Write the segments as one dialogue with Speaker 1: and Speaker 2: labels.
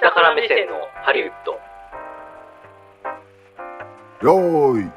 Speaker 1: 下から目線のハリウッド
Speaker 2: よーい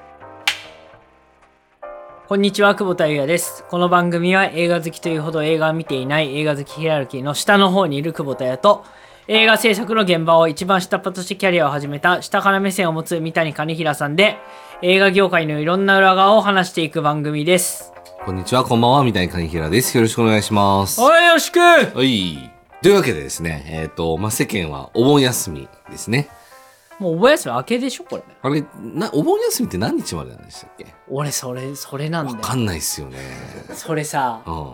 Speaker 3: こんにちは、久保田裕也です。この番組は映画好きというほど映画を見ていない映画好きヒエラルキーの下の方にいる久保田裕也と映画制作の現場を一番下っ端としてキャリアを始めた下から目線を持つ三谷兼平さんで映画業界のいろんな裏側を話していく番組です。
Speaker 4: こんにちは、こんばんは、みたいにかにひらです。よろしくお願いします。
Speaker 3: おい、よしく
Speaker 4: はい。というわけでですね、えっ、と、まあ、世間はお盆休みですね。
Speaker 3: もうお盆休み明けでしょこれ。
Speaker 4: あれ、な、お盆休みって何日までなんでしたっけ
Speaker 3: 俺、それ、それなんだ
Speaker 4: わ
Speaker 3: よ。
Speaker 4: かんないっすよね。
Speaker 3: それさ
Speaker 4: う、ん。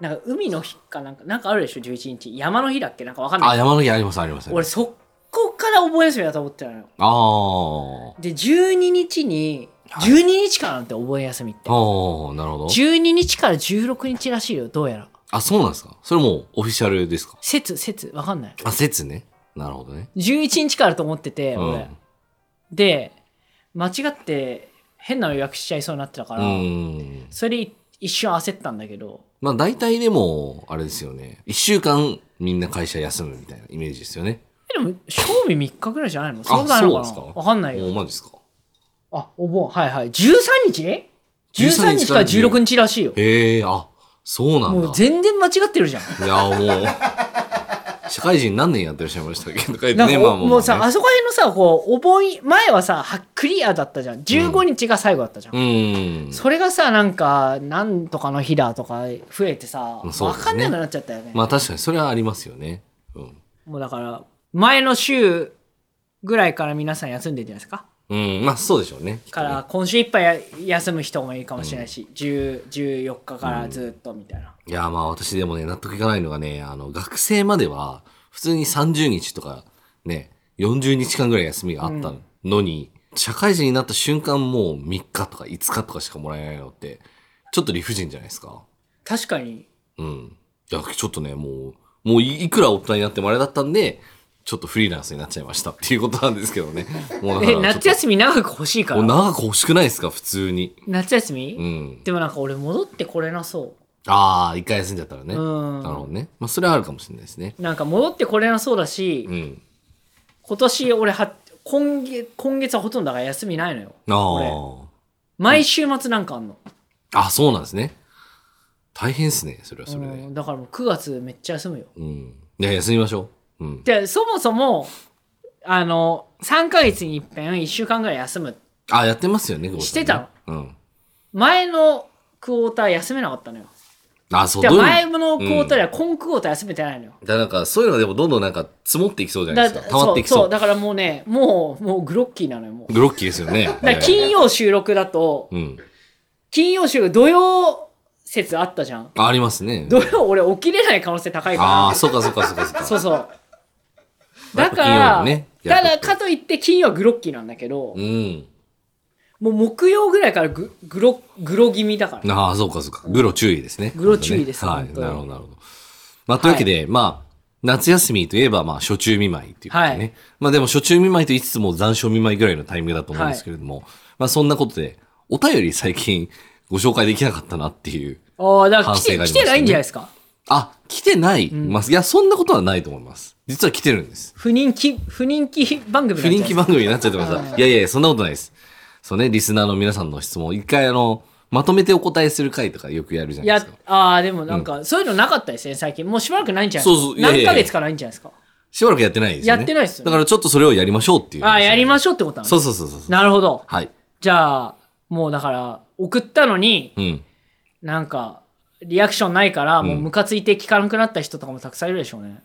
Speaker 3: なんか海の日かなんか、なんかあるでしょ ?11 日。山の日だっけなんかわかんな
Speaker 4: あ、
Speaker 3: い。
Speaker 4: 山の日あります、あります。ありま
Speaker 3: 俺、
Speaker 4: す
Speaker 3: そこからお盆休みだと思ってたのよ。
Speaker 4: あー。
Speaker 3: で12日に
Speaker 4: はい
Speaker 3: 12日からなんて覚え休みって、
Speaker 4: あー、なるほど。
Speaker 3: 12日から16日らしいよどうやら
Speaker 4: あ、そうなんですかそれもうオフィシャルですか
Speaker 3: 節節わかんない
Speaker 4: あ、説ね。なるほどね。
Speaker 3: 11日からと思ってて、
Speaker 4: うん。
Speaker 3: 俺で間違って変なの予約しちゃいそうになってたから、
Speaker 4: うん。
Speaker 3: それで一瞬焦ったんだけど
Speaker 4: まあ大体でも、あれですよね。一週間みんな会社休むみたいなイメージですよね。
Speaker 3: えでも正味3日ぐらいじゃないのそんなのか
Speaker 4: そう
Speaker 3: な
Speaker 4: ですか
Speaker 3: わかんない
Speaker 4: お
Speaker 3: よ
Speaker 4: マジですか
Speaker 3: あお盆はいはい13日 ?13
Speaker 4: 13
Speaker 3: 日から16日らしいよ
Speaker 4: へえ、あ、そうなんだ。
Speaker 3: もう全然間違ってるじゃん
Speaker 4: いや、もう、社会人何年やってらっしゃいましたっけとか言って
Speaker 3: なん
Speaker 4: ね、
Speaker 3: かお
Speaker 4: まあまあまあね、
Speaker 3: もうさ、あそこら辺のさ、こう、お盆い、前はさ、はクリアだったじゃん。15日が最後だったじゃん。
Speaker 4: うん。
Speaker 3: それがさ、なんか、なんとかの日だとか増えてさ、
Speaker 4: まあそう
Speaker 3: わ
Speaker 4: ですね
Speaker 3: かんなくなっちゃったよね。
Speaker 4: まあ確かにそれはありますよね。うん。
Speaker 3: もうだから、前の週ぐらいから皆さん休んでるじゃないですか。
Speaker 4: うん、まあそうでしょうね。きっと
Speaker 3: か
Speaker 4: ね
Speaker 3: ら、今週いっぱいや休む人もいるかもしれないし、10 14日からずっとみたいな。
Speaker 4: いや、まあ私でもね、納得いかないのがね、あの、学生までは、普通に30日とか、ね、40日間ぐらい休みがあったのに、社会人になった瞬間もう3日とか5日とかしかもらえないのって、ちょっと理不尽じゃないですか。
Speaker 3: 確かに、
Speaker 4: うん。いや、ちょっとね、もう、もういいくら大人になってもあれだったんで、ちょっとフリーランスになっちゃいましたっていうことなんですけど ね。もうだから
Speaker 3: え、夏休み長く欲しいか
Speaker 4: みもう
Speaker 3: ら。
Speaker 4: 長く欲しくないですか、普通に。
Speaker 3: 夏休み、
Speaker 4: うん。
Speaker 3: でもなんか俺戻ってこれなそ
Speaker 4: ああ、一回休んじゃったらね。
Speaker 3: う。うん。
Speaker 4: なるほどね。まあ、それはあるかもしれないですね。
Speaker 3: なんか戻ってこれなそうだし、
Speaker 4: うん。
Speaker 3: 今年俺は今月今月はほとんどだから休みないのよ
Speaker 4: あ
Speaker 3: 毎週末なんかあんの、
Speaker 4: あ。あ、そうなんですね。大変ですね、それはそれ
Speaker 3: う
Speaker 4: で
Speaker 3: ん。だからもう9月めっちゃ休むよ
Speaker 4: うん。いや、休みましょう。うん。
Speaker 3: でそもそもあの3ヶ月に一遍1週間ぐらい休む
Speaker 4: あ、やってますよね、ご
Speaker 3: してた
Speaker 4: うん。
Speaker 3: 前のクォーター休めなかったのよ
Speaker 4: あ、そう、
Speaker 3: じゃあ
Speaker 4: どういう
Speaker 3: 前のクォーターでは今クォーター休めてないのよ、
Speaker 4: だからなんか、そういうのがでもどんどんなんか積もっていきそうじゃな
Speaker 3: だ
Speaker 4: いですか。溜まっていき
Speaker 3: そう
Speaker 4: そ
Speaker 3: そう
Speaker 4: う。
Speaker 3: だからもうねもうもうグロッキー なのよもう
Speaker 4: グロッキーですよね。
Speaker 3: だから金曜収録だと
Speaker 4: うん。
Speaker 3: 金曜収録土曜節あったじゃん
Speaker 4: ありますね。
Speaker 3: 土曜俺起きれない可能性高いから
Speaker 4: ああ、そうかそうかそうかそうか。
Speaker 3: そうそう。
Speaker 4: や
Speaker 3: だ
Speaker 4: っぱ
Speaker 3: から、
Speaker 4: 金曜ねや
Speaker 3: た
Speaker 4: っぱ
Speaker 3: だかといって金曜はグロッキーなんだけど、
Speaker 4: うん。
Speaker 3: もう木曜ぐらいからググロ、グロ気味だから。
Speaker 4: ああ、そうかそうか。グロ注意ですね。
Speaker 3: グロ注意です
Speaker 4: は
Speaker 3: 本
Speaker 4: い。
Speaker 3: 当に
Speaker 4: なるほど、なるほど。まあ、というわけで、まあ、夏休みといえば、まあ、初中見舞いっていうことでね。
Speaker 3: はい
Speaker 4: まあ、でも、初中見舞いと言いつつも残暑見舞いぐらいのタイミングだと思うんですけれども、まあ、そんなことで、お便り最近 ご紹介できなかったなっていう。
Speaker 3: ああ、だから来
Speaker 4: 反省
Speaker 3: て,、
Speaker 4: がありま
Speaker 3: 来
Speaker 4: したね
Speaker 3: てないんじゃないですか。
Speaker 4: あ、来てない、まあいや、そんなことはないと思います。実は来てるんです。
Speaker 3: 不人気、不人気番 組
Speaker 4: 不
Speaker 3: なんじ
Speaker 4: 人
Speaker 3: ゃない
Speaker 4: 気
Speaker 3: ですか
Speaker 4: 番組になっちゃってました。いやいやいや、そんなことないです。そうね、リスナーの皆さんの質問、一回あの、まとめてお答えする回とかよくやるじゃ
Speaker 3: い
Speaker 4: ないです
Speaker 3: や
Speaker 4: か。、
Speaker 3: ああ、でもなんか、そういうのなかったですね、最近。もうしばらくないんじゃない
Speaker 4: そ
Speaker 3: で
Speaker 4: う
Speaker 3: す
Speaker 4: そう
Speaker 3: か。
Speaker 4: いやいや
Speaker 3: 何
Speaker 4: いや
Speaker 3: ヶ月かないんじゃないですか。
Speaker 4: しばらくやってないですよね。
Speaker 3: やってないですよね
Speaker 4: だからちょっとそれをやりましょうっていう。
Speaker 3: ああ、やりま
Speaker 4: し
Speaker 3: しょうってことなの
Speaker 4: そうそうそうそう。
Speaker 3: なるほど。
Speaker 4: はい。
Speaker 3: じゃあ、もうだから、送ったのに、
Speaker 4: うん。
Speaker 3: なんか、リアクションないから、もうムカついて聞かなくなった人とかもたくさんいるでしょうね。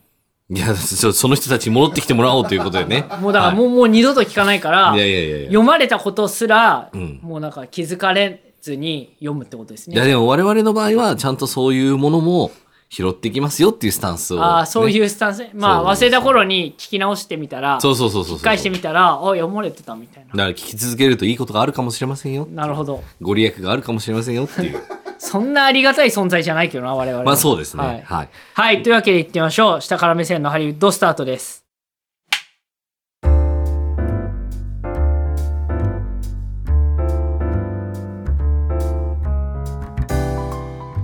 Speaker 4: いや、そその人たちに戻ってきてもらおうということでね。
Speaker 3: もうだからもう,、もう二度と聞かないから、
Speaker 4: いやいやいやいや。
Speaker 3: 読まれたことすら、
Speaker 4: うん
Speaker 3: もうなんか気づかれずに読むってことです
Speaker 4: いや
Speaker 3: ね。
Speaker 4: でも我々の場合はちゃんとそういうものも拾ってきますよっていうスタンスを、
Speaker 3: ああ、そう
Speaker 4: う。
Speaker 3: いうスタンス、ま
Speaker 4: そう
Speaker 3: あ忘れた頃に聞き直してみたら、
Speaker 4: そうそうそうそうそう。
Speaker 3: 聞き返してみたら、あ読まれてたみたいな。
Speaker 4: だから聞き続けるといいことがあるかもしれませんよ。
Speaker 3: なるほど。
Speaker 4: ご利益があるかもしれませんよって いう。
Speaker 3: そんなありがたい存在じゃないけどな、我々は。
Speaker 4: まあそうですね。
Speaker 3: は。
Speaker 4: はいい。
Speaker 3: はいというわけでいってみましょう。下から目線のハリウッドスタートです。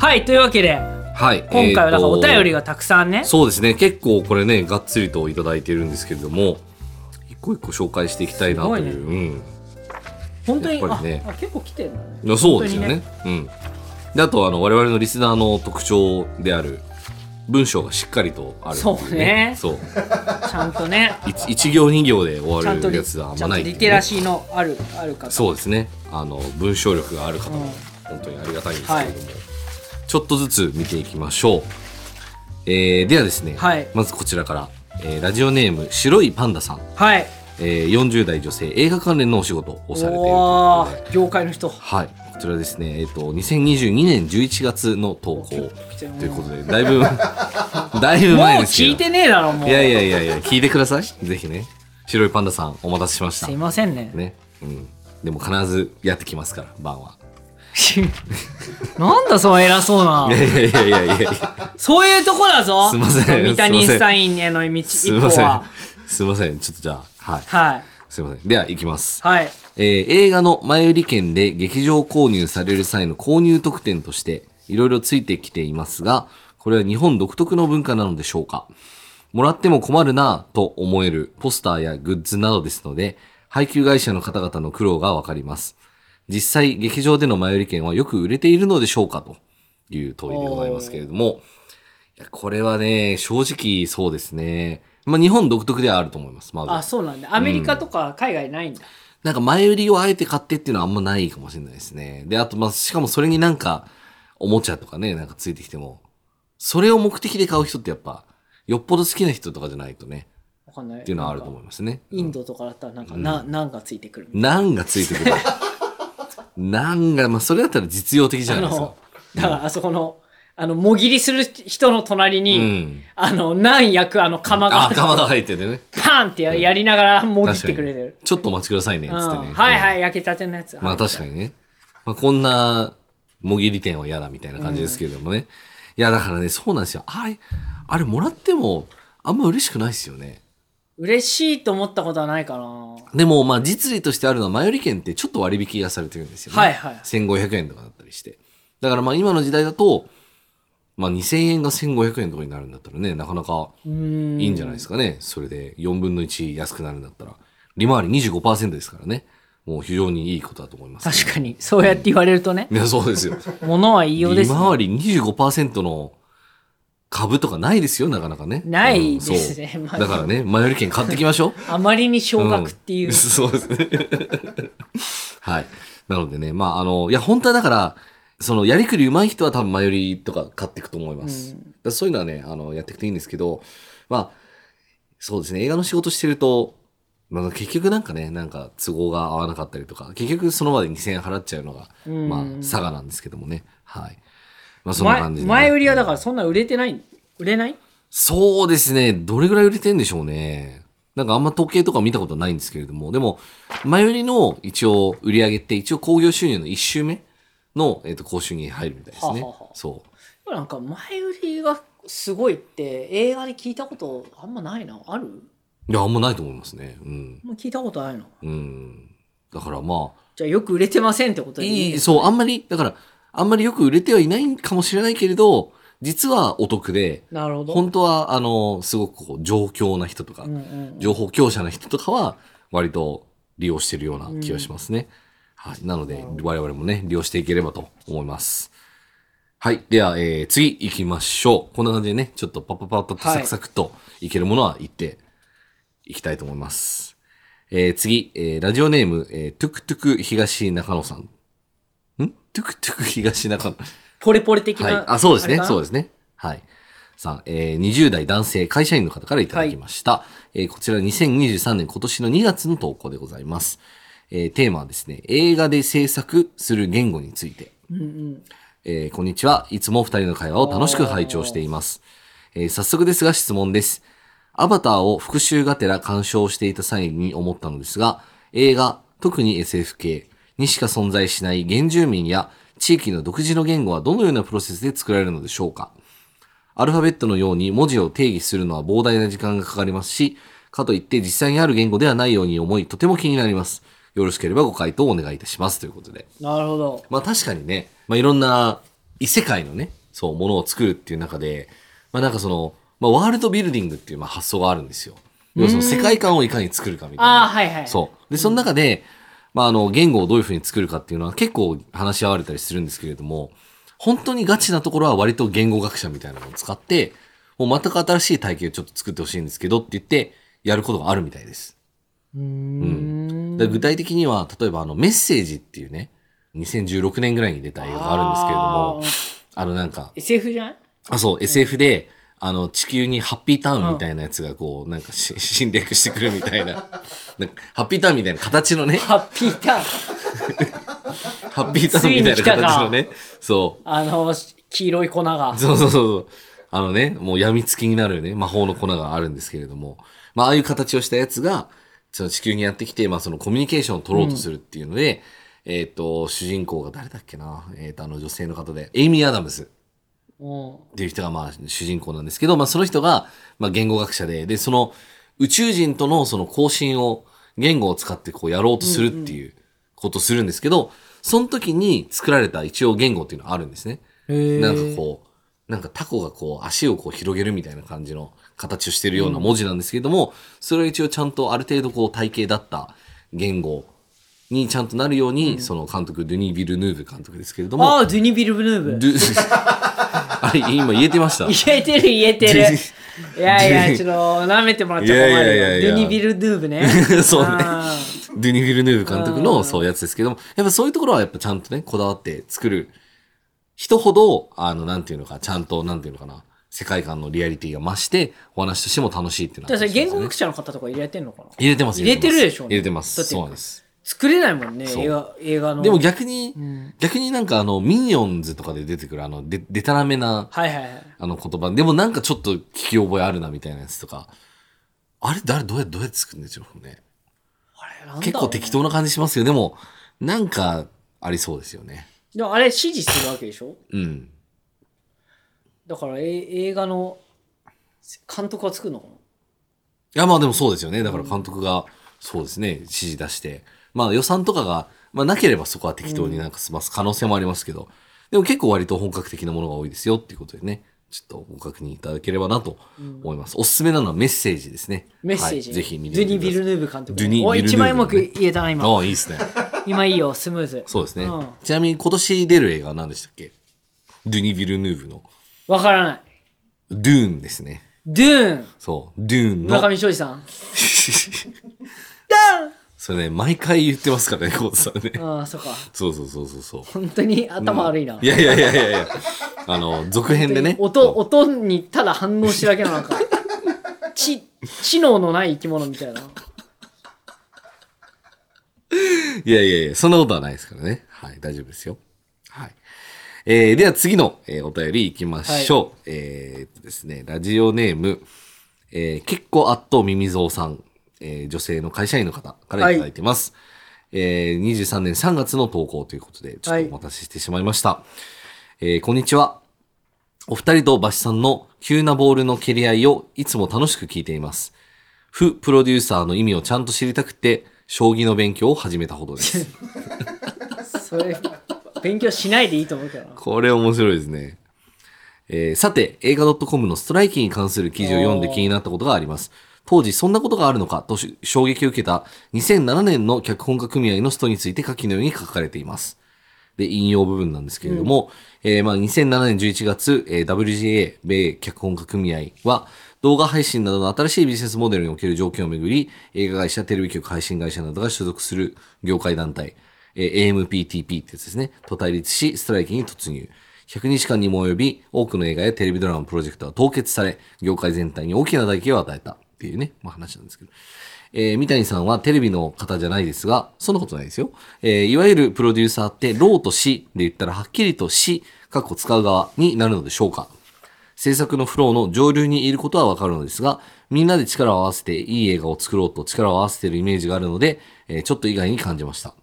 Speaker 3: はい、というわけで、
Speaker 4: はい。
Speaker 3: 今回はだからお便り
Speaker 4: が
Speaker 3: がたくさんね、
Speaker 4: そうですね結構これねがっつりといただいてるんですけれども一個一個紹介していきたいなとい
Speaker 3: す
Speaker 4: ううん
Speaker 3: 本当に
Speaker 4: やっぱりね
Speaker 3: ああ結構来てるんだね
Speaker 4: いやそうですよねうんであとあの我々のリスナーの特徴である文章がしっかりとあるっていそう
Speaker 3: ちゃんとね
Speaker 4: 一一行二行で終
Speaker 3: ちゃ
Speaker 4: わ
Speaker 3: んと
Speaker 4: る
Speaker 3: リ
Speaker 4: やつ
Speaker 3: ち
Speaker 4: はあん
Speaker 3: ゃ
Speaker 4: ま
Speaker 3: んと
Speaker 4: ないってい
Speaker 3: リ
Speaker 4: うね
Speaker 3: テラシーのあるある方
Speaker 4: そうですねあの文章力がある方も本当にありがたいんですけれども、ちょっとずつ見ていきましょう、えーではですね、
Speaker 3: はい
Speaker 4: まずこちらから、えーラジオネーム白いパンダさん
Speaker 3: はい
Speaker 4: えー40代女性映画関連のお仕事をされているという
Speaker 3: お
Speaker 4: ことで、
Speaker 3: ー業界の人
Speaker 4: はい、こちらですね、えっと2022年11月の投稿ということでだい ぶだいぶ
Speaker 3: もう
Speaker 4: 前ですけど
Speaker 3: 聞いてねえだろもう
Speaker 4: いやいやいやいや聞いてくださいぜひね白いパンダさんお待たせしました
Speaker 3: すいませんね
Speaker 4: ね、うん、でも必ずやってきますから晩は
Speaker 3: なんだその偉そうない
Speaker 4: やいやいやいやいやいや
Speaker 3: そういうとこだぞ
Speaker 4: すいません
Speaker 3: 三谷サインへの道
Speaker 4: すい
Speaker 3: 一
Speaker 4: ま
Speaker 3: 歩
Speaker 4: せん
Speaker 3: は
Speaker 4: すいませんちょっとじゃあはい
Speaker 3: はい
Speaker 4: すいませんではいきます
Speaker 3: はい
Speaker 4: えー映画の前売り券で劇場購入される際の購入特典としていろいろついてきていますが、これは日本独特の文化なのでしょうかもらっても困るなぁと思えるポスターやグッズなどですので、配給会社の方々の苦労がわかります。実際、劇場での前売り券はよく売れているのでしょうかという問いでございますけれども、いやこれはね、正直そうですね。まあ、日本独特ではあると思います。まず
Speaker 3: あそうなんだアメリカとか海外ないんだ
Speaker 4: なんか前売りをあえて買ってっていうのはあんまないかもしれないですね。で、あと、まあ、しかもそれになんか、おもちゃとかね、なんかついてきても、それを目的で買う人ってやっぱ、よっぽど好きな人とかじゃないとね、
Speaker 3: わかんない
Speaker 4: っていうのはあると思い
Speaker 3: なんか
Speaker 4: ますね。
Speaker 3: インドとかだったらなんかななんかついてくるみたいな
Speaker 4: なんがついてくるなんが、まあ、それだったら実用的じゃ
Speaker 3: あ
Speaker 4: ないですか
Speaker 3: の。、だからあそこの、あの、もぎりする人の隣
Speaker 4: う
Speaker 3: に、
Speaker 4: ん。
Speaker 3: あの、何焼くあの釜が、
Speaker 4: あ、釜が入っててね。
Speaker 3: パンってややりながらもぎっ
Speaker 4: 確か
Speaker 3: て
Speaker 4: に。
Speaker 3: くれてる。
Speaker 4: ちょっとお待ちくださいね、つ
Speaker 3: うん
Speaker 4: ってね。
Speaker 3: はいはい、焼けたてのやつ。
Speaker 4: まあ確かにね。まあこんな、もぎり店は嫌だみたいな感じですけれどもね。いやだからね、そうなんですよ。あれ、あれもらっても、あんま嬉しくないですよね。
Speaker 3: 嬉しいと思ったことはないかな。
Speaker 4: でも、まあ実利としてあるのは、前売り券ってちょっと割引がされてるんですよね。
Speaker 3: はいはい
Speaker 4: 1500円とかだったりして。だからまあ今の時代だと、まあ2000円が1500円とかになるんだったらね、なかなか
Speaker 3: うーん。
Speaker 4: いいんじゃないですかね。それで4分の1安くなるんだったら。利回り25%ですからね。もう非常にいいことだと思います。
Speaker 3: 確かに、そうやって言われるとね、
Speaker 4: いや、そうですよ。
Speaker 3: 物は言いよう
Speaker 4: 利
Speaker 3: です、ね。
Speaker 4: 回り25%の株とかないですよ、なかなかね。
Speaker 3: ないですね
Speaker 4: うんそ
Speaker 3: まあ
Speaker 4: うだからね、前売り券買ってきま しょう。
Speaker 3: あまりに少額っていう。
Speaker 4: ん そうですね。はい。なのでね、まあ、あの、いや、本当はだから、その、やりくり上手い人は多分前売りとか買っていくと思います。
Speaker 3: う
Speaker 4: だからそういうのはね、あの、やっていくといいんですけど、まあ、そうですね、映画の仕事してると、まあ、結局なんかね、なんか都合が合わなかったりとか、結局その場で2000円払っちゃうのが、
Speaker 3: うん
Speaker 4: まあ、佐賀なんですけどもね。はい。まあ、そんな
Speaker 3: 前
Speaker 4: 感じでね、
Speaker 3: 前売りはだからそんな売れてない、売れない
Speaker 4: そうですね。どれぐらい売れてんでしょうね。なんかあんま時計とか見たことないんですけれども、でも、前売りの一応売り上げって一応興行収入の1周目の、えっ、と、高収入に入るみたいですね。
Speaker 3: ははは
Speaker 4: そ
Speaker 3: なんか前売りがすごいって映画で聞いたことあんまないな。ある
Speaker 4: う。いや、あんまないと思いますね。うん。
Speaker 3: もう聞いたことないの
Speaker 4: うん。だからまあ、
Speaker 3: じゃあよく売れてませんってことで
Speaker 4: いい、そう、あんまり、だから、あんまりよく売れてはいないかもしれないけれど、実はお得で、
Speaker 3: なるほど、
Speaker 4: 本当は、あの、すごくこう、状況な人とか
Speaker 3: う、んうん、
Speaker 4: 情報強者の人とかは割と利用してるような気がしますね。はい。なので、我々もね、利用していければと思います。はい。では、えー、次行きましょう。こんな感じでね、ちょっとパッパッパッと
Speaker 3: はい
Speaker 4: サクサクといけるものは行っていきたいと思います。えー、次、えー、ラジオネーム、えー、トゥクトゥク東中野さん。んトゥクトゥク東中野。
Speaker 3: ポレポレ的な、
Speaker 4: はい。あ、そうですね。そうですすね。はい。さん、えー20代男性会社員の方からいただきました。えーこちら2023年今年の2月の投稿でございます。えーテーマはですね、映画で制作する言語について。
Speaker 3: うんうん、
Speaker 4: えーこんにちは。いつもお二人の会話を楽しく拝聴しています。えー早速ですが質問です。アバターを復習がてら鑑賞していた際に思ったのですが、映画、特に SF 系にしか存在しない原住民や地域の独自の言語はどのようなプロセスで作られるのでしょうかアルファベットのように文字を定義するのは膨大な時間がかかりますし、かといって実際にある言語ではないように思い、とても気になります。よろしければご回答をお願いいたします。ということで。
Speaker 3: なるほど
Speaker 4: まあ確かにね、まあ、いろんな異世界のね、そう、ものを作るっていう中で、まあなんかその、まあワールドビルディングっていうまあ発想があるんですよ。要はその世界観をいかに作るかみたい
Speaker 3: ああ、
Speaker 4: な。
Speaker 3: はいはい。
Speaker 4: そう。で、その中で、まああの、言語をどういうふうに作るかっていうのは結構話し合われたりするんですけれども、本当にガチなところは割と言語学者みたいなのを使って、もう全く新しい体系をちょっと作ってほしいんですけどって言って、やることがあるみたいです。
Speaker 3: うーん。
Speaker 4: だから具体的には、例えばあの、メッセージっていうね、2016年ぐらいに出た映画があるんですけれども、
Speaker 3: す
Speaker 4: あのなんか、
Speaker 3: けれども。SF じゃない
Speaker 4: あ、そう、SF で、あの、地球にハッピーターンみたいなやつがこう、なんかし 侵略してくるみたいな、なんかハッピーターンみたいな形のね、
Speaker 3: ハッピーターン。
Speaker 4: ハッピーターンみたいな形のね、そう、
Speaker 3: あの、黄色い粉が。
Speaker 4: そうそうそうそう。あのね、もう病みつきになるね、魔法の粉があるんですけれども、まあ、ああいう形をしたやつが、その地球にやってきて、まあ、そのコミュニケーションを取ろうとするっていうので、えっ、と、主人公が誰だっけな、えっ、と、あの女性の方で、エイミー・アダムス。
Speaker 3: うん。
Speaker 4: っていう人がまあ主人公なんですけど、まあその人がまあ言語学者で、で、その宇宙人とのその交信を言語を使ってこうやろうとするっていうことをするんですけど、その時に作られた一応言語っていうのはあるんですね。なんかこう、なんかタコがこう足をこう広げるみたいな感じの形をしてるような文字なんですけれども、それを一応ちゃんとある程度こう体系だった言語にちゃんとなるように、その監督、ドゥニー・ビル・ヌーブ監督ですけれど
Speaker 3: あ
Speaker 4: も、
Speaker 3: あ、ドゥニビルブヌーブ。
Speaker 4: ドゥ あれ、今言えてました。
Speaker 3: 言えてる言えてる。いやいや、ちょっと舐めてもらっちゃ困るよ。
Speaker 4: いやいやいやいや
Speaker 3: ドゥニビルヌーブね。
Speaker 4: そうね
Speaker 3: あ
Speaker 4: デュニ・ヴィルヌーブ監督
Speaker 3: うん
Speaker 4: のそういうやつですけども、やっぱそういうところはやっぱちゃんとね、こだわって作る人ほど、あの、なんていうのか、ちゃんと、なんていうのかな、世界観のリアリティが増して、お話としても楽しいっていう
Speaker 3: ー。
Speaker 4: の
Speaker 3: じゃ
Speaker 4: は
Speaker 3: あそれ言語学者の方とか入れてんのかな
Speaker 4: 入れてます、
Speaker 3: 入れてる
Speaker 4: ます
Speaker 3: でしょうね
Speaker 4: 入れてま
Speaker 3: だ
Speaker 4: す。
Speaker 3: って
Speaker 4: そうなんです。
Speaker 3: 作れないもんね、
Speaker 4: そう
Speaker 3: 映画、映画の。
Speaker 4: でも逆に、
Speaker 3: うん
Speaker 4: 逆になんかあの、ミニオンズとかで出てくる、あの、で、でたらめな、
Speaker 3: はいはいはい。
Speaker 4: あの言葉、でもなんかちょっと聞き覚えあるなみたいなやつとか、あれ誰、どうやって、どうやって作るんでしょうね。
Speaker 3: あれなんだろうね
Speaker 4: 結構適当な感じしますよ。でも、なんか、ありそうですよね。
Speaker 3: でもあれ指示するわけでしょ
Speaker 4: うん。
Speaker 3: だからえ映画の監督が作るのかない
Speaker 4: や、まあでもそうですよね。だから監督が、そうですね、指示出して。まあ予算とかが、まあなければそこは適当になんか済ます可能性もありますけど、でも結構割と本格的なものが多いですよっていうことでね、ちょっとご確認いただければなと思います。おすすめなのはメッセージですね。
Speaker 3: メッセージ、
Speaker 4: はい、ぜひ見
Speaker 3: ド
Speaker 4: て
Speaker 3: ゥ
Speaker 4: みてくだ
Speaker 3: ニ・ビ
Speaker 4: さい
Speaker 3: ルヌーブ監督
Speaker 4: ドゥニ
Speaker 3: おい
Speaker 4: ビルヌーブ
Speaker 3: 一番うまく言えたな今
Speaker 4: ああ、いいですね。
Speaker 3: 今いいよスムーズ
Speaker 4: そうですね。
Speaker 3: ん
Speaker 4: ちなみに今年出る映画は何でしたっけドゥニ・ビルヌーブの、
Speaker 3: わからない
Speaker 4: ドゥーンですね。
Speaker 3: ドゥーン
Speaker 4: そう、ドゥーン
Speaker 3: 村
Speaker 4: の。
Speaker 3: 上庄司さん
Speaker 4: それね、毎回言ってますからね、コーさんね。
Speaker 3: ああそうか
Speaker 4: そうそうそうそうそう。
Speaker 3: 本当に頭悪いな、
Speaker 4: いやいやいやいやいや。あの、続編でね。
Speaker 3: 音音にただ反応してるだけのなんか 知知能のない生き物みたいない
Speaker 4: やいやいや、そんなことはないですからね。はい、大丈夫ですよ。はい。えー、では次の、えーお便りいきましょう。えーっとですね、ラジオネーム、えー、結構あっと耳蔵さん、えー女性の会社員の方からいただいてます。えー、23年3月の投稿ということで、ちょっとお待たせしてしまいました。えーこんにちは。お二人とバシさんの急なボールの蹴り合いをいつも楽しく聞いています。不プロデューサーの意味をちゃんと知りたくて、将棋の勉強を始めたほどです。
Speaker 3: それ勉強しないでいいと思うけどな
Speaker 4: これ面白いですね。えーさて、映画 .com のストライキに関する記事を読んで気になったことがあります。当時そんなことがあるのかとし衝撃を受けた2007年の脚本家組合のストについて下記のように書かれています。で、引用部分なんですけれども、えーまあ、2007年11月、えー WGA、米脚本家組合は、動画配信などの新しいビジネスモデルにおける条件をめぐり、映画会社、テレビ局、配信会社などが所属する業界団体、えー AMPTP ってやつですね、と対立し、ストライキに突入。100日間にも及び、多くの映画やテレビドラマプロジェクトが凍結され、業界全体に大きな打撃を与えたっていうね、まあ、話なんですけど。えー三谷さんはテレビの方じゃないですが、そんなことないですよ。えーいわゆるプロデューサーって、ローと死で言ったらはっきりと死、かっこ使う側になるのでしょうか。制作のフローの上流にいることはわかるのですが、みんなで力を合わせていい映画を作ろうと力を合わせているイメージがあるので、えーちょっと意外に感じました。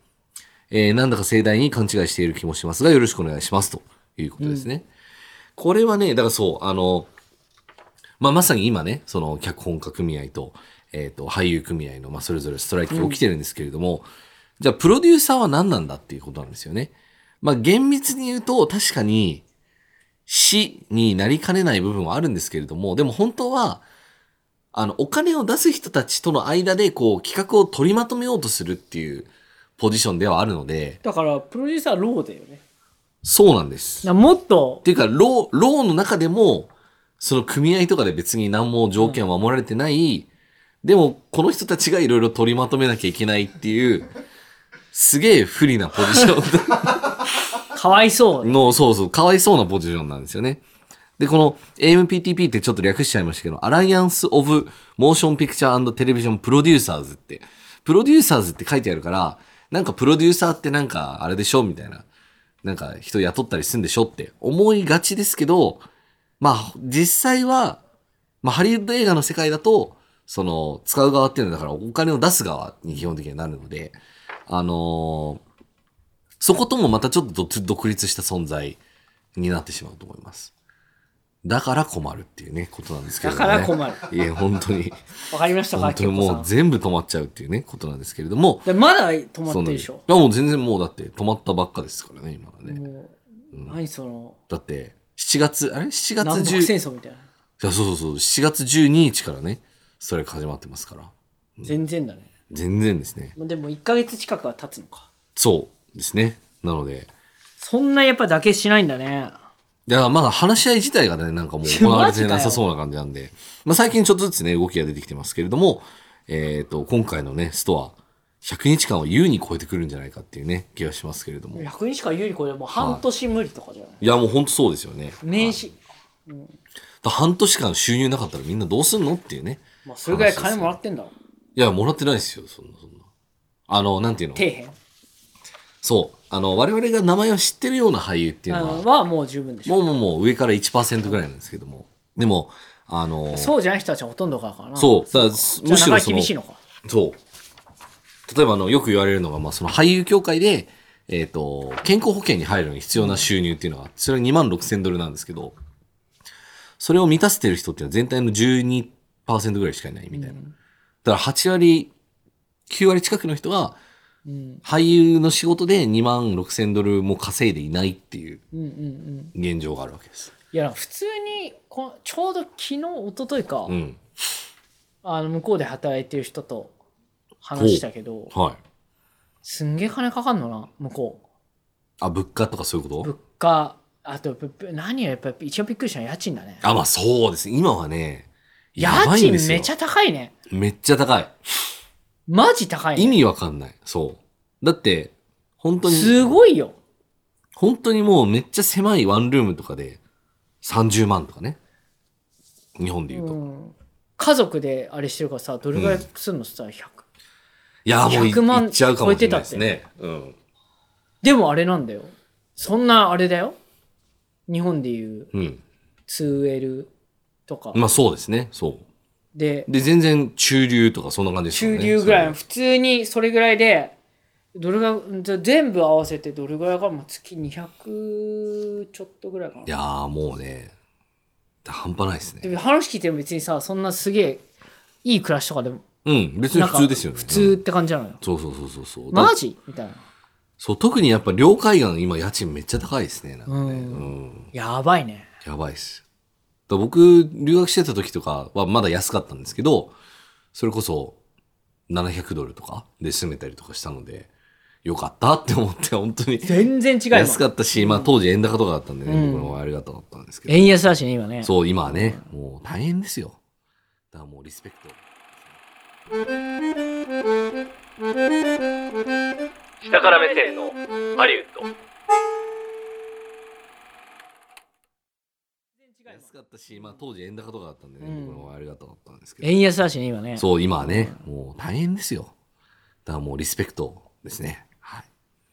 Speaker 4: えーなんだか盛大に勘違いしている気もしますが、よろしくお願いします。ということですね。これはね、だからそう、あの、まあ、まさに今ね、その脚本家組合と、えっ、と、俳優組合の、まあ、それぞれストライキが起きてるんですけれども、じゃあ、プロデューサーは何なんだっていうことなんですよね。まあ、厳密に言うと、確かに、死になりかねない部分はあるんですけれども、でも本当は、あの、お金を出す人たちとの間で、こう、企画を取りまとめようとするっていうポジションではあるので、
Speaker 3: だからプロデューサーローだよね
Speaker 4: そうなんです。
Speaker 3: だからもっと
Speaker 4: っていうか、ロー、ローの中でも、その組合とかで別に何も条件は守られてない、でも、この人たちがいろいろ取りまとめなきゃいけないっていう、すげえ不利なポジショ
Speaker 3: かわいそう
Speaker 4: ンの、そうそう、かわいそうなポジションなんですよね。で、この AMPTP ってちょっと略しちゃいましたけど、アライアンス・オブ・モーション・ピクチャー・テレビジョン・プロデューサーズって、プロデューサーズって書いてあるから、なんかプロデューサーってなんかあれでしょみたいな。なんか人雇ったりするんでしょって思いがちですけど、まあ実際は、まあハリウッド映画の世界だと、その使う側っていうのはだからお金を出す側に基本的にはなるので、あのーそこともまたちょっと独独立した存在になってしまうと思います。だから困るっていうね、ことなんですけれ
Speaker 3: だ
Speaker 4: ども
Speaker 3: か
Speaker 4: ね。
Speaker 3: ら困る
Speaker 4: いや、本当 に。
Speaker 3: わかりましたか
Speaker 4: 本当に
Speaker 3: 明子さ
Speaker 4: も
Speaker 3: ん
Speaker 4: う全部止まっちゃうっていうね、ことなんですけれども。
Speaker 3: でまだ止まってるでしょ
Speaker 4: そのいや、もう全然もうだって止まったばっかですからね、今はね。
Speaker 3: もう何その
Speaker 4: だって、7月、あれ ?7 月
Speaker 3: 南北
Speaker 4: 10、
Speaker 3: 戦
Speaker 4: い
Speaker 3: 争みたいな
Speaker 4: や、そうそうそう、7月12日からね、それが始まってますから。
Speaker 3: 全然だね
Speaker 4: 全然ですね。
Speaker 3: まあでも1ヶ月近くは経つのか
Speaker 4: そうですね。なので、
Speaker 3: そんなやっぱだけしないんだね
Speaker 4: いや、まだ話し合い自体がね、なんかもう行われてなさそうな感じなんで、まあ最近ちょっとずつね、動きが出てきてますけれども、えっ、と、今回のね、ストア、100日間を優に超えてくるんじゃないかっていうね、気がしますけれども。い
Speaker 3: 100人しか有利これもう半年無理とかじゃない
Speaker 4: や、もうほんとそうですよね。
Speaker 3: 年始
Speaker 4: だ半年間収入なかったらみんなどうすんのっていうね。
Speaker 3: まあそれぐらい金もらってんだろ
Speaker 4: いや、もらってないですよ、そんな、そんな。あの、なんていうの
Speaker 3: 底辺
Speaker 4: そう。あの、我々が名前を知ってるような俳優っていう
Speaker 3: あ
Speaker 4: のは、
Speaker 3: のはもう十分でしょ
Speaker 4: もうもうもう上から1%ぐらいなんですけども。でも、あの、そう。
Speaker 3: そうじゃない人たちはほとんどからかな
Speaker 4: だから
Speaker 3: じゃ
Speaker 4: む
Speaker 3: あな
Speaker 4: し
Speaker 3: か
Speaker 4: ろ
Speaker 3: な
Speaker 4: そ
Speaker 3: か
Speaker 4: の、
Speaker 3: 厳しいのか
Speaker 4: そう。例えば、あの、よく言われるのが、まあ、その俳優協会で、えっ、と、健康保険に入るのに必要な収入っていうのが、それは2万6千ドルなんですけど、それを満たしてる人っていうのは全体の12%ぐらいしかいないみたいな。だから8割、9割近くの人が、
Speaker 3: うん
Speaker 4: 俳優の仕事で2万6千ドルも稼いでいないっていう
Speaker 3: うんうんうん
Speaker 4: 現状があるわけです。
Speaker 3: いや普通にこのちょうど昨日一昨日か、
Speaker 4: うん。
Speaker 3: あの向こうで働いてる人と話したけど
Speaker 4: はい。
Speaker 3: すんげえ金かかんのな向こ
Speaker 4: あ、物価とかそういうこ
Speaker 3: う
Speaker 4: と
Speaker 3: 物価あとぶぶ何よりやっぱり一番びっくりしたのは家賃だね
Speaker 4: あ、まあそうです。今はね、
Speaker 3: 家
Speaker 4: やばいん
Speaker 3: 賃
Speaker 4: ですよ
Speaker 3: めちゃ高いね
Speaker 4: めっちゃ高い。
Speaker 3: マジ高い
Speaker 4: 意
Speaker 3: ね
Speaker 4: 味わかんない。そう。だって、本当に、
Speaker 3: すごいよ
Speaker 4: 本当にもうめっちゃ狭いワンルームとかで30万とかね。日本で言うと。
Speaker 3: うん家族であれしてるからさどれぐらいすんのさ、100
Speaker 4: いや、もうい
Speaker 3: 100万
Speaker 4: いっちゃうかもしれないですね。うん。
Speaker 3: でもあれなんだよそんなあれだよ日本でいう
Speaker 4: うん。
Speaker 3: 2L とか、
Speaker 4: まあそうですね。そ
Speaker 3: で
Speaker 4: う。で、全然中流とかそんな感じですよ
Speaker 3: 中
Speaker 4: ね。
Speaker 3: 流ぐらい
Speaker 4: そ
Speaker 3: の
Speaker 4: う
Speaker 3: 普通にそれぐらいでどれが全部合わせてどれぐらいかもう月200ちょっとぐらいかない
Speaker 4: やーもうね、半端ないですね。
Speaker 3: でも話聞いても別にさそんなすげえいい暮らしとかでも
Speaker 4: うん、別に
Speaker 3: なんか
Speaker 4: 普通ですよね。
Speaker 3: 普
Speaker 4: うん
Speaker 3: 通って感じなのよ、
Speaker 4: そうそうそうそうそう。だ
Speaker 3: マジみたいな
Speaker 4: そう、特にやっぱ両海岸今家賃めっちゃ高いですね。なんかね
Speaker 3: う
Speaker 4: うん。
Speaker 3: やばいね
Speaker 4: やばいっす。だから僕、留学してた時とかはまだ安かったんですけど、それこそ700ドルとかで住めたりとかしたので、よかったって思って、本当に。
Speaker 3: 全然違うよ
Speaker 4: 安かったし、まあ当時円高とかだったんでね、
Speaker 3: うん
Speaker 4: 僕の方がありがたかったんですけど。
Speaker 3: 円安だしね今ね
Speaker 4: そう、今はね、もう大変ですよ。だからもうリスペクト。
Speaker 1: 下から目線のハリウッド
Speaker 4: 安かったし、まあ当時円高とかだったんでね、
Speaker 3: うん
Speaker 4: 僕の方がありがたかったんですけど。
Speaker 3: 円安だしね今ね
Speaker 4: そう、今はね、もう大変ですよ。だからもうリスペクトですね。はい。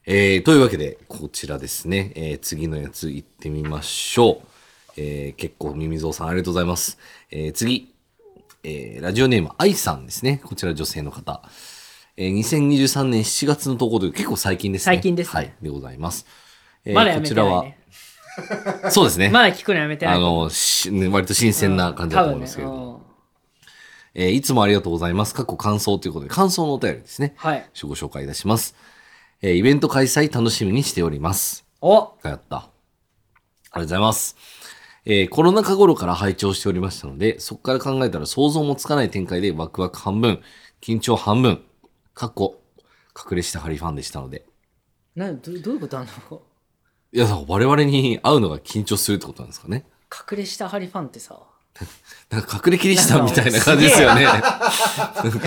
Speaker 4: えー、というわけで、こちらですね。えー、次のやつ行ってみましょう。えー、結構耳蔵さんありがとうございます。えー、次。えー、ラジオネーム愛さんですね。こちら女性の方。えー、2023年7月の投稿という結構最近ですね。
Speaker 3: 最近ですね
Speaker 4: はい。でございます。えー
Speaker 3: まだやめてないね、
Speaker 4: こちらは、そうですね。
Speaker 3: まだ聞くのやめてない
Speaker 4: あの、し割と新鮮な感じだと思いますけれど
Speaker 3: 多分
Speaker 4: も。
Speaker 3: ねうん
Speaker 4: えーいつもありがとうございます。過去感想ということで、感想のお便りですね。
Speaker 3: はい
Speaker 4: ご紹介いたします。えーイベント開催楽しみにしております。
Speaker 3: お
Speaker 4: がやった。ありがとうございます。えーコロナ禍頃から拝聴しておりましたので、そこから考えたら想像もつかない展開でワクワク半分、緊張半分、かっこ、隠れしたハリファンでしたので。
Speaker 3: などどういうことなの
Speaker 4: いや、だから我々に会うのが緊張するってことなんですかね。
Speaker 3: 隠れしたハリファンってさ
Speaker 4: なんか隠れキリシタンみたいな感じですよね。
Speaker 3: い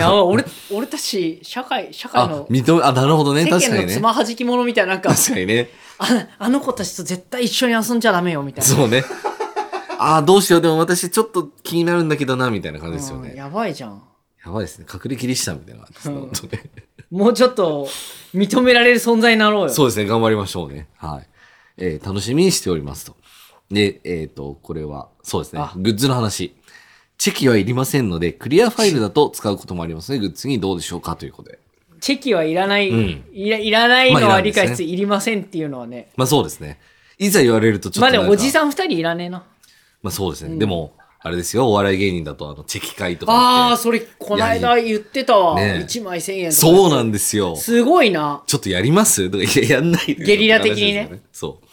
Speaker 3: や俺俺たち社会社会
Speaker 4: あ
Speaker 3: の、
Speaker 4: 認め、あ、なるほどね。
Speaker 3: 世
Speaker 4: 確
Speaker 3: 間
Speaker 4: か
Speaker 3: の
Speaker 4: に
Speaker 3: つ
Speaker 4: ね。
Speaker 3: まはじき者みたいななんか
Speaker 4: 確かにね。
Speaker 3: ああの子たちと絶対一緒に遊んじゃダメよみたいな
Speaker 4: そう ね。あーどうしよう。でも私ちょっと気になるんだけどな、みたいな感じですよ
Speaker 3: うん
Speaker 4: ね。
Speaker 3: やばいじゃん
Speaker 4: やばいですね。隠れキリシタンみたいな感じですね。
Speaker 3: うん
Speaker 4: 本当ね。
Speaker 3: もうちょっと認められる存在になろうよ
Speaker 4: そうですね、頑張りましょうね。はい。えー楽しみにしておりますと。で、えっ、と、これは、そうですね
Speaker 3: あ、
Speaker 4: グッズの話。チェキはいりませんので、クリアファイルだと使うこともありますね。グッズにどうでしょうかということで。
Speaker 3: チェキはいらない、
Speaker 4: うん
Speaker 3: いらいらないの
Speaker 4: まあら
Speaker 3: はい
Speaker 4: んで
Speaker 3: 理
Speaker 4: すね
Speaker 3: 解しつついりませんっていうのはね
Speaker 4: まあそうですね。いざ言われるとちょっと
Speaker 3: まあ
Speaker 4: なん
Speaker 3: で
Speaker 4: か。
Speaker 3: もおじさん二人いらねえな
Speaker 4: まあそうですね。でも、あれですよ、お笑い芸人だと、あの、チェキ会とか
Speaker 3: あ
Speaker 4: あ
Speaker 3: あ
Speaker 4: って。
Speaker 3: それこないだ言ってたわ、
Speaker 4: ねえ
Speaker 3: 1枚1000円とか
Speaker 4: そうなんですよ。
Speaker 3: すごいな
Speaker 4: ちょっとやりますとか、いや、やんないで
Speaker 3: ゲリラ的にね
Speaker 4: って話ですよねそう。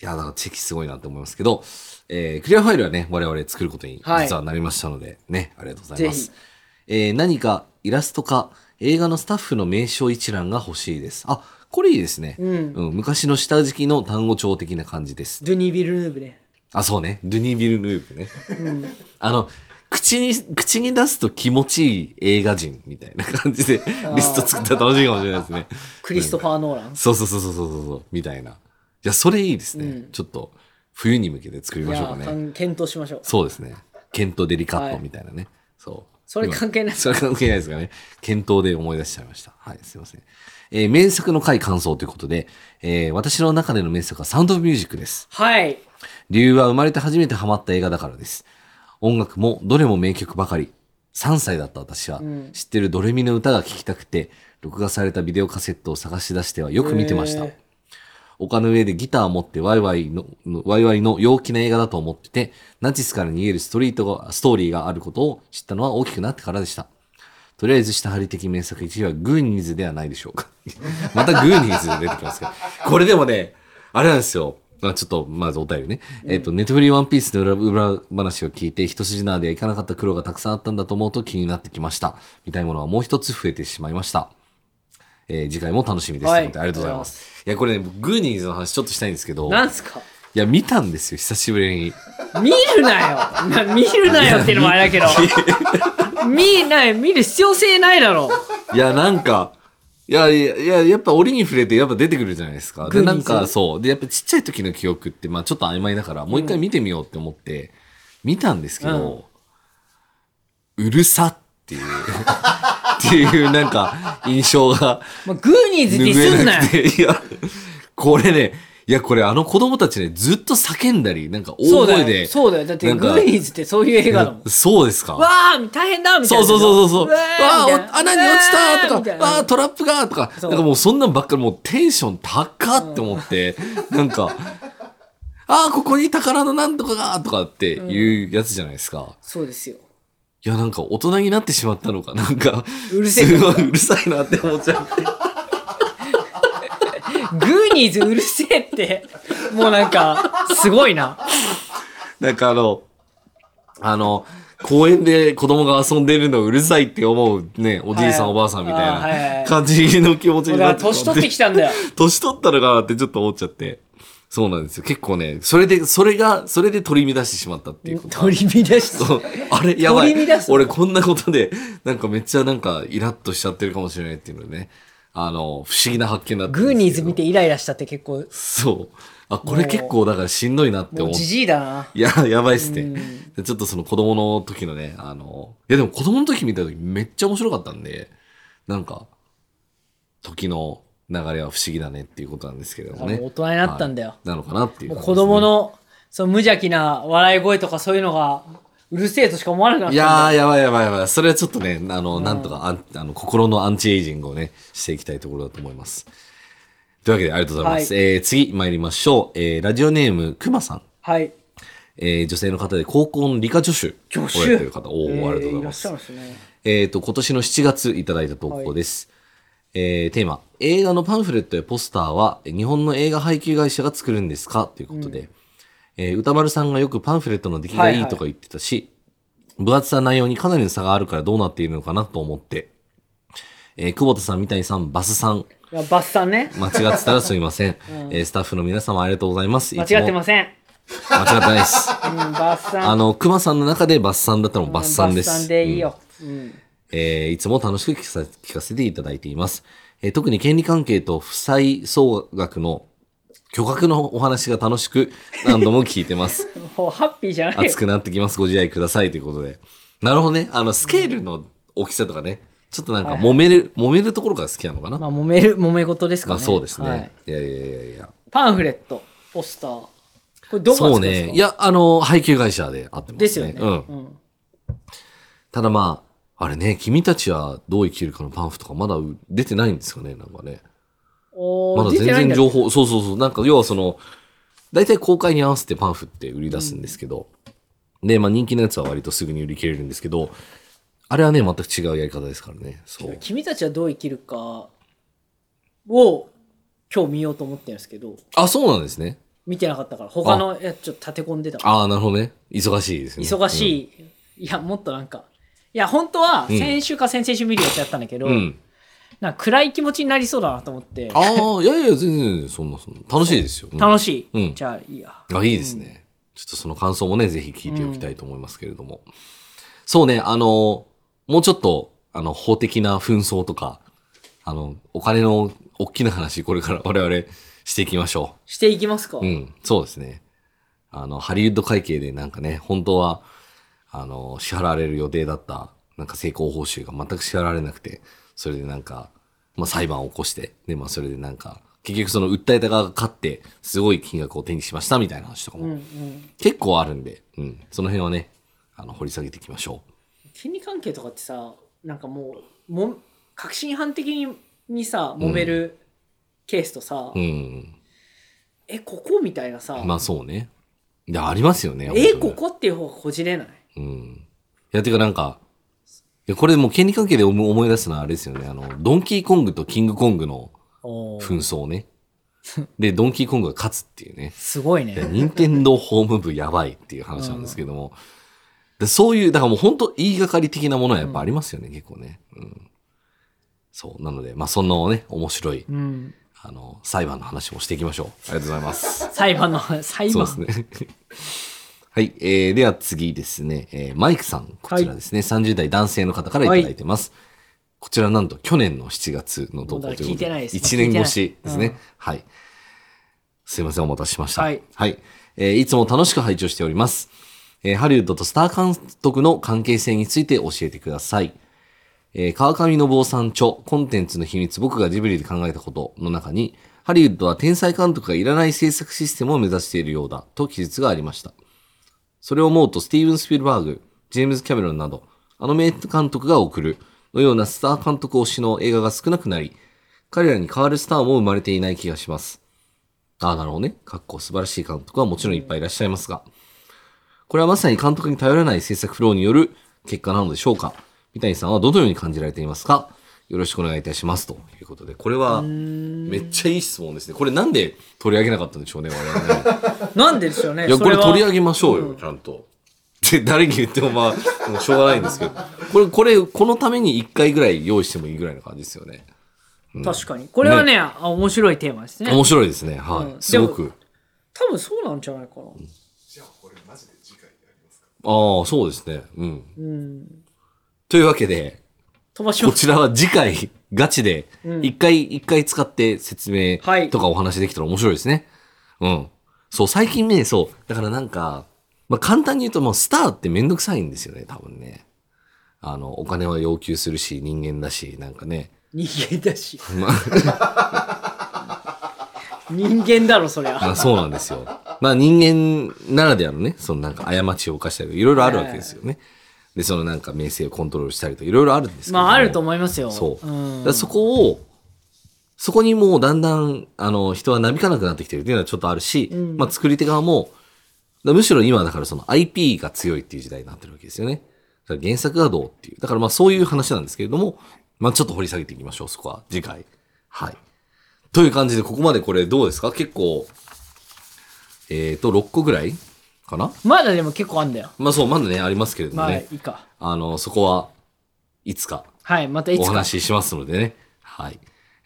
Speaker 4: いや、だからチェキすごいなって思いますけど、えークリアファイルはね、我々作ることに
Speaker 3: はい
Speaker 4: 実はなりましたので、ね、ありがとうございま
Speaker 3: ぜ
Speaker 4: す。えー何かイラストか映画のスタッフの名称一覧が欲しいです。あ、これいいですね。
Speaker 3: うん
Speaker 4: うん、昔の下敷きの単語帳的な感じです。
Speaker 3: ドゥニー・ビルヌーブね
Speaker 4: あ、そうね。ドゥニー・ビル・ヌーブね。 あの、口に、口に出すと気持ちいい映画人みたいな感じでリスト作ったら楽しいかもしれないですね。
Speaker 3: クリストファー・ノーラン
Speaker 4: そうそうそうそうそうそう、みたいな。いや、それいいですね。
Speaker 3: うん
Speaker 4: ちょっと、冬に向けて作り
Speaker 3: い
Speaker 4: ましょうか
Speaker 3: や
Speaker 4: ね。
Speaker 3: ー検討しましょう
Speaker 4: そうですね。検討デリカッ
Speaker 3: は
Speaker 4: ト
Speaker 3: い
Speaker 4: みたいなね。そう。
Speaker 3: それ関係ない
Speaker 4: 今それ関係ないですかね。検討で思い出しちゃいました。はい、すいません。えー、名作の回感想ということで、えー私の中での名作はサウンドオブミュージックです。
Speaker 3: はい
Speaker 4: 理由は生まれて初めてハマった映画だからです。音楽もどれも名曲ばかり。3歳だった私は、
Speaker 3: ん
Speaker 4: 知ってるドレミの歌が聴きたくて、録画されたビデオカセットを探し出してはよく見てました。
Speaker 3: へー
Speaker 4: 丘の上でギターを持ってワイワイの、ワイワイの陽気な映画だと思ってて、ナチスから逃げるストリートが、ストーリーがあることを知ったのは大きくなってからでした。とりあえず下張り的名作1位はグーニーズではないでしょうか。 またグーニーズで出てきますけど。これでもね、あれなんですよ。まあちょっと、まずお便りね。えっ、と、ネットフリーワンピースの裏裏話を聞いて、一筋縄ではいかなかった苦労がたくさんあったんだと思うと気になってきました。みたいなものはもう一つ増えてしまいました。えー次回も楽しみです。
Speaker 3: は
Speaker 4: はいい、ありがとうございます。いや、これね、僕グーニーズの話ちょっとしたいんですけど、
Speaker 3: なんすか
Speaker 4: いや、見たんですよ、久しぶりに。
Speaker 3: 見るなよな見るなよっていうのもあれだけど見ない見る必要性ないだろ
Speaker 4: いや、なんか、いや、いや、いややっぱ折に触れてやっぱ出てくるじゃないですか。
Speaker 3: グー
Speaker 4: で、
Speaker 3: ニ
Speaker 4: な
Speaker 3: ー
Speaker 4: ん
Speaker 3: ズ
Speaker 4: かそう。で、やっぱちっちゃい時の記憶って、まあちょっと曖昧だから、もう一回見てみようって思って、見たんですけど、うるさっていう、 っていうなんか印象が
Speaker 3: まあ、グーニーズディ
Speaker 4: 拭
Speaker 3: ス
Speaker 4: え
Speaker 3: んなよ
Speaker 4: なくて、いや、これね、いや、これあの子供たちね、ずっと叫んだり、なんか
Speaker 3: そ
Speaker 4: 大
Speaker 3: うだ
Speaker 4: 声
Speaker 3: よ
Speaker 4: で。
Speaker 3: そうだよだって
Speaker 4: なん
Speaker 3: グ
Speaker 4: か
Speaker 3: ーニーズってそういう映画だもん
Speaker 4: そうですか
Speaker 3: わー大変だみたい
Speaker 4: そ
Speaker 3: な
Speaker 4: うそうそうそうそう。わあ、
Speaker 3: ーみたいな
Speaker 4: お穴に落ちた
Speaker 3: わー
Speaker 4: と
Speaker 3: み
Speaker 4: か
Speaker 3: た、いな
Speaker 4: わあ、トラップがとか、
Speaker 3: そ
Speaker 4: な
Speaker 3: うん
Speaker 4: かもうそんなんばっかりもうテンション高って思って、なんか、ああ、ここに宝のなんとかがとかっていうやつじゃないですか。
Speaker 3: そうですよ
Speaker 4: いや、なんか大人になってしまったのか、なんか、
Speaker 3: うるせえ
Speaker 4: すごいうるさいなって思っちゃって。
Speaker 3: グーニーズうるせえってもうなんかすごいな
Speaker 4: なんかあの、あの、公園で子供が遊んでるのうるさいって思うね、おじいさん、
Speaker 3: はい
Speaker 4: おばあさんみ
Speaker 3: あーはいはい
Speaker 4: たい
Speaker 3: はい
Speaker 4: な感じの気持ち
Speaker 3: だ
Speaker 4: に
Speaker 3: か
Speaker 4: な
Speaker 3: ら
Speaker 4: ってしま
Speaker 3: 年取ってきたんだよ
Speaker 4: 年取ったのかなってちょっと思っちゃって。そうなんですよ。結構ね、それで、それが、それで取り乱してしまったっていうこと。
Speaker 3: 取り乱し
Speaker 4: そうあれ、やばい
Speaker 3: 取り乱。す
Speaker 4: 俺こんなことで、なんかめっちゃなんかイラッとしちゃってるかもしれないっていうのでね。あの、不思議な発見だったんですけど。
Speaker 3: グーニーズ見てイライラしたって結構
Speaker 4: そう。あ、これ結構だからしんどいなって
Speaker 3: も
Speaker 4: 思っ
Speaker 3: う
Speaker 4: て
Speaker 3: じ。じいだない
Speaker 4: や、やばいっす
Speaker 3: うん
Speaker 4: ね。でちょっとその子供の時のね、あの、いやでも子供の時見た時めっちゃ面白かったんで、なんか、時の流れは不思議だねっていうことなんですけれどもね。
Speaker 3: もう大人になったんだよ
Speaker 4: はいなのかなっていう
Speaker 3: もう
Speaker 4: 感じ
Speaker 3: 子供のその無邪気な笑い声とかそういうのがうるせえとしか思わなくなっ
Speaker 4: い
Speaker 3: た
Speaker 4: やー、やばいやばいやばい。それはちょっとね、あの、なんとかあんあの、心のアンチエイジングをね、していきたいところだと思います。というわけで、ありがとうございます。えー、次参りましょう。えー、ラジオネーム、くまさん。
Speaker 3: はい
Speaker 4: えー、女性の方で高校の理科助手を
Speaker 3: 助手
Speaker 4: やってる方。おお、ありがとうござい
Speaker 3: らっ
Speaker 4: ま
Speaker 3: し
Speaker 4: す
Speaker 3: ゃる。んですね
Speaker 4: えー、と、今年の7月いただいた投稿です。えーテーマ、映画のパンフレットやポスターはえ日本の映画配給会社が作るんですかということで、えー歌丸さんがよくパンフレットの出来がいいとか言ってたし、分厚さ内容にかなりの差があるからどうなっているのかなと思って、えー久保田さん、三谷さん、バスさん、
Speaker 3: いやバスさんね。
Speaker 4: 間違ってたらすみません。 えースタッフの皆様ありがとうございます。
Speaker 3: 間違ってま
Speaker 4: い
Speaker 3: せん。
Speaker 4: つも間違ってない です。
Speaker 3: うん、バスさん。
Speaker 4: あの、熊さんの中でバスさんだったのもバスさんです。
Speaker 3: バスさんでいいよ。うん
Speaker 4: えーいつも楽しく聞かさ聞かせていただいています。えー特に権利関係と負債総額の巨額のお話が楽しく何度も聞いて ます。
Speaker 3: もうハッピーじゃないよ
Speaker 4: 熱。くなってきます。ご自愛くださいということで。なるほどね。あの、スケールの大きさとかね。ちょっとなんか揉める、揉めるところが好きなのかな。ま
Speaker 3: まあ、揉める、揉め事です
Speaker 4: あ、
Speaker 3: かね。
Speaker 4: そうですね。
Speaker 3: はい
Speaker 4: い、やいやいやいや。
Speaker 3: パンフレット、ポスター。これどこ
Speaker 4: そ
Speaker 3: が
Speaker 4: う
Speaker 3: 作ったんです
Speaker 4: ね。
Speaker 3: か
Speaker 4: いや、あの、配給会社であってますね。
Speaker 3: ですよね。
Speaker 4: うん。
Speaker 3: うん
Speaker 4: ただまあ、あれね、君たちはどう生きるかのパンフとかまだ出てないんですかね、なんかね。
Speaker 3: おー
Speaker 4: まだ
Speaker 3: 出てないん
Speaker 4: 全然
Speaker 3: だ
Speaker 4: 情報、そうそうそう、なんか要はその、大体公開に合わせてパンフって売り出すんですけど、で、まあ人気のやつは割とすぐに売り切れるんですけど、あれはね、全く違うやり方ですからね。そう。
Speaker 3: 君たちはどう生きるかを今日見ようと思ってるんですけど、
Speaker 4: あ、そうなんですね。
Speaker 3: 見てなかったから、他のやつちょっと立て込んでたから。
Speaker 4: ああ、なるほどね。忙しいですね。
Speaker 3: 忙
Speaker 4: い。
Speaker 3: しい、いや、もっとなんか。いや、本当は
Speaker 4: うん
Speaker 3: 先週か先々週見るやつやったんだけど、
Speaker 4: うん。うん、
Speaker 3: なんか暗い気持ちになりそうだなと思って、
Speaker 4: ああ、いやいや、全然全然、そんな、そんな。楽しいですよ。うん
Speaker 3: 楽しい。
Speaker 4: うん
Speaker 3: じゃあ、いいや。
Speaker 4: あ、いいですね。ちょっとその感想もね、ぜひ聞いておきたいと思いますけれども。そうね、あの、もうちょっと、あの、法的な紛争とか、あの、お金の大きな話、これから我々していきましょ
Speaker 3: していきますか。
Speaker 4: う。うん、そうですね。あの、ハリウッド会計でなんかね、本当は、あの、支払われる予定だった、なんか成功報酬が全く支払われなくて、それでなんか、まあ裁判を起こして、で、まあそれでなんか、結局その訴えた側が勝って、すごい金額を手にしましたみたいな話とかも
Speaker 3: うんうん。
Speaker 4: 結構あるんで、うん、その辺はね、あの掘り下げていきましょ
Speaker 3: 権利関係とかってさ、なんかもう、もん確信犯的ににさ、揉めるケースとさ、
Speaker 4: う。うん、
Speaker 3: え、ここみたいなさ、
Speaker 4: まあそうね。いや、ありますよね。本
Speaker 3: え、
Speaker 4: 当
Speaker 3: こ
Speaker 4: に
Speaker 3: こっていう方がこじれない
Speaker 4: うん。いや、てかなんか、いやこれもう権利関係で思思い出すのはあれですよね。あの、ドンキーコングとキングコングの紛争ね。で、ドンキーコングが勝つっていうね。
Speaker 3: すごい
Speaker 4: で
Speaker 3: ね。
Speaker 4: 任天堂ホーム部やばいっていう話なんですけども。でそういう、だからもう本当言いがかり的なものはやっぱありますよね、結構ね。うん。そう。なので、まあそんなね、面白い
Speaker 3: うん。
Speaker 4: あの、裁判の話もしていきましょう。ありがとうございます。
Speaker 3: 裁判の、裁
Speaker 4: そう
Speaker 3: 判。
Speaker 4: ですね。 はい。えー、では次ですね、えーマイクさん、こちらですね、30代男性の方からいただいてます。こちらなんと去年の7月の投稿ということ
Speaker 3: まだ聞いてないです
Speaker 4: 1年越しで
Speaker 3: まだ聞いてない
Speaker 4: す
Speaker 3: うん
Speaker 4: ね。はい。すいません、お待たせしました。
Speaker 3: はい
Speaker 4: えーいつも楽しく拝聴しております。えーハリウッドとスター監督の関係性について教えてください。えー川上信夫さん著、コンテンツの秘密、僕がジブリで考えたことの中に、ハリウッドは天才監督がいらない制作システムを目指しているようだ、と記述がありました。それを思うと、スティーブン・スピルバーグ、ジェームズ・キャメロンなど、あの名監督が送る、のようなスター監督推しの映画が少なくなり、彼らに代わるスターも生まれていない気がします。ああ、なるほどね。かっこ素晴らしい監督はもちろんいっぱいいらっしゃいますが、これはまさに監督に頼らない制作フローによる結果なのでしょうか三谷さんはどのように感じられていますかよろしくお願いいたします。ということで、これは、めっちゃいい質問ですね。これなんで取り上げなかったんでしょうね、我々ね。
Speaker 3: なんででしょうね。
Speaker 4: いや、
Speaker 3: そ
Speaker 4: これ
Speaker 3: は
Speaker 4: 取り上げましょうよ、ちゃんと。で、誰に言ってもまあ、もうしょうがないんですけど。これ、これ、このために1回ぐらい用意してもいいぐらいの感じですよね。
Speaker 3: 確かに。これはね、あ面白いテーマですね。
Speaker 4: 面白いですね、はい。
Speaker 3: うん
Speaker 4: すごく。
Speaker 3: 多分そうなんじゃないかな。
Speaker 4: ああ、そうですね。うん。
Speaker 3: うん。
Speaker 4: というわけで、
Speaker 3: 飛ば し
Speaker 4: こ
Speaker 3: ます。
Speaker 4: ちらは次回、ガチで、一回、一回使って説明
Speaker 3: はい
Speaker 4: とかお話できたら面白いですね。うん。そう、最近ね、そう、だからなんか、まあ、簡単に言うと、もうスターってめんどくさいんですよね、多分ね。あの、お金は要求するし、人間だし、なんかね。
Speaker 3: 人間だし。
Speaker 4: まあ、
Speaker 3: 人間だろ、そりゃ。
Speaker 4: まあそうなん ですよ。まあ人間ならではのね、そのなんか過ちを犯したりとか、いろいろあるわけですよね。で、そのなんか名声をコントロールしたりとか、いろいろあるんですけど
Speaker 3: ま
Speaker 4: も。
Speaker 3: あ、あると思いますよ。
Speaker 4: そう。だ
Speaker 3: ん
Speaker 4: からそこを、そこにもうだんだん、あの、人はなびかなくなってきてるっていうのはちょっとあるし、まあ作り手側も、だからむしろ今だからその IP が強いっていう時代になってるわけですよね。だから原作がどうっていう。だからまあそういう話なんですけれども、まあちょっと掘り下げていきましょう、そこは。次回。はい。という感じで、ここまでこれどうですか結構、えっ、と、6個ぐらいかな
Speaker 3: まだでも結構あんだよ。
Speaker 4: まあそう、まだね、ありますけれど
Speaker 3: ま
Speaker 4: も
Speaker 3: あ、
Speaker 4: ね
Speaker 3: い。いか。
Speaker 4: あの、そこはいつか
Speaker 3: はい、またい
Speaker 4: お
Speaker 3: つか。
Speaker 4: 話ししますのでね。はい。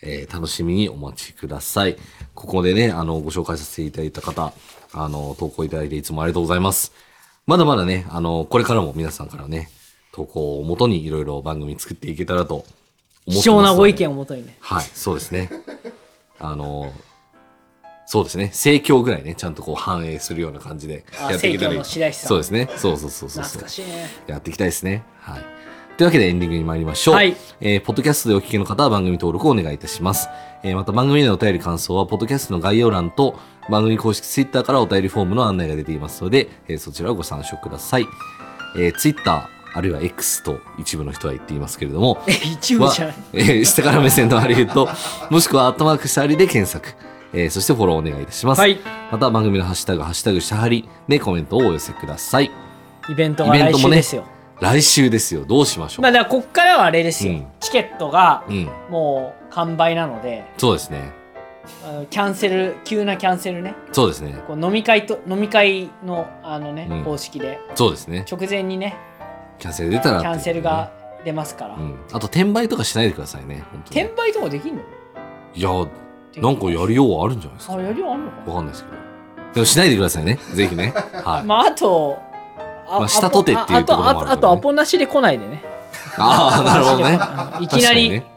Speaker 4: えー楽しみにお待ちください。ここでね、あの、ご紹介させていただいた方、あの、投稿いただいていつもありがとうございます。まだまだね、あの、これからも皆さんからね、投稿をもとにいろいろ番組作っていけたらと思ってますので。
Speaker 3: 貴重なご意見をもとにね。
Speaker 4: はい、そうですね。あの、そうですね。盛況ぐらいね、ちゃんとこう反映するような感じで
Speaker 3: あ
Speaker 4: やっていけたらいい。
Speaker 3: 盛況の白石さん
Speaker 4: そうですね。そうそうそうそうそう。
Speaker 3: 懐かしいね。
Speaker 4: やっていきたいですね。はい。というわけでエンディングに参りましょう。
Speaker 3: はい
Speaker 4: えーポッドキャストでお聞きの方は番組登録をお願いいたします。えーまた番組へのお便り感想は、ポッドキャストの概要欄と番組公式ツイッターからお便りフォームの案内が出ていますので、えーそちらをご参照ください。えツイッター Twitter あるいは X と一部の人は言っていますけれども、
Speaker 3: え、 一部
Speaker 4: は
Speaker 3: じゃない。、
Speaker 4: えー下から目線のハリウッド、 もしくはアットマークしたハリで検索、えーそしてフォローお願いいたします。
Speaker 3: はい
Speaker 4: また番組のハッシュタグ、ハッシュタグしたハリでコメントをお寄せください。
Speaker 3: イベント
Speaker 4: イ
Speaker 3: が
Speaker 4: ベン
Speaker 3: 来
Speaker 4: トも
Speaker 3: 週
Speaker 4: ね
Speaker 3: ですよ。
Speaker 4: 来週ですよ。どうしましょう。
Speaker 3: まあ、だからこっからはあれですよ。
Speaker 4: うん
Speaker 3: チケットが
Speaker 4: うん。
Speaker 3: もう完売なので、
Speaker 4: そうですね。
Speaker 3: あのキャンセル、急なキャンセルね。
Speaker 4: そうですね。
Speaker 3: こう飲み会と、飲み会のあのね、
Speaker 4: うん
Speaker 3: 方式で、
Speaker 4: そうですね。
Speaker 3: 直前にね、
Speaker 4: キャンセル出た
Speaker 3: キ
Speaker 4: らっていうね、
Speaker 3: ャンセルが出ますから。
Speaker 4: うん。あと、転売とかしないでくださいね。本当に
Speaker 3: 転売とかできんの
Speaker 4: いや、なんかやりようはあるんじゃないですか。
Speaker 3: あ
Speaker 4: わ
Speaker 3: れよりはあんのか
Speaker 4: か
Speaker 3: な
Speaker 4: んないですけど。でもしないでくださいね。ぜ ひね。はい。
Speaker 3: まああと、あ
Speaker 4: まあ下取ってっていう
Speaker 3: ああと
Speaker 4: ところもあるからね
Speaker 3: あと、あとアポなしで来ないでね。
Speaker 4: ああ、なるほどね。
Speaker 3: いきなり、
Speaker 4: 確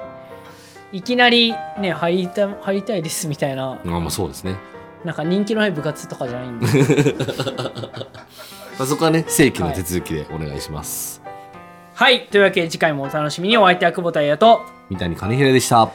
Speaker 3: いきなりね、入りた入りたいですみたいな
Speaker 4: か、にね。あまあそうですね。
Speaker 3: なんか人気のない部活とかじゃないんで。
Speaker 4: まあ、そこはね、正規の手続きでお願いします。
Speaker 3: はい、というわけで次回もお楽しみにお相手は久保田彩と。
Speaker 4: 三谷兼平でした。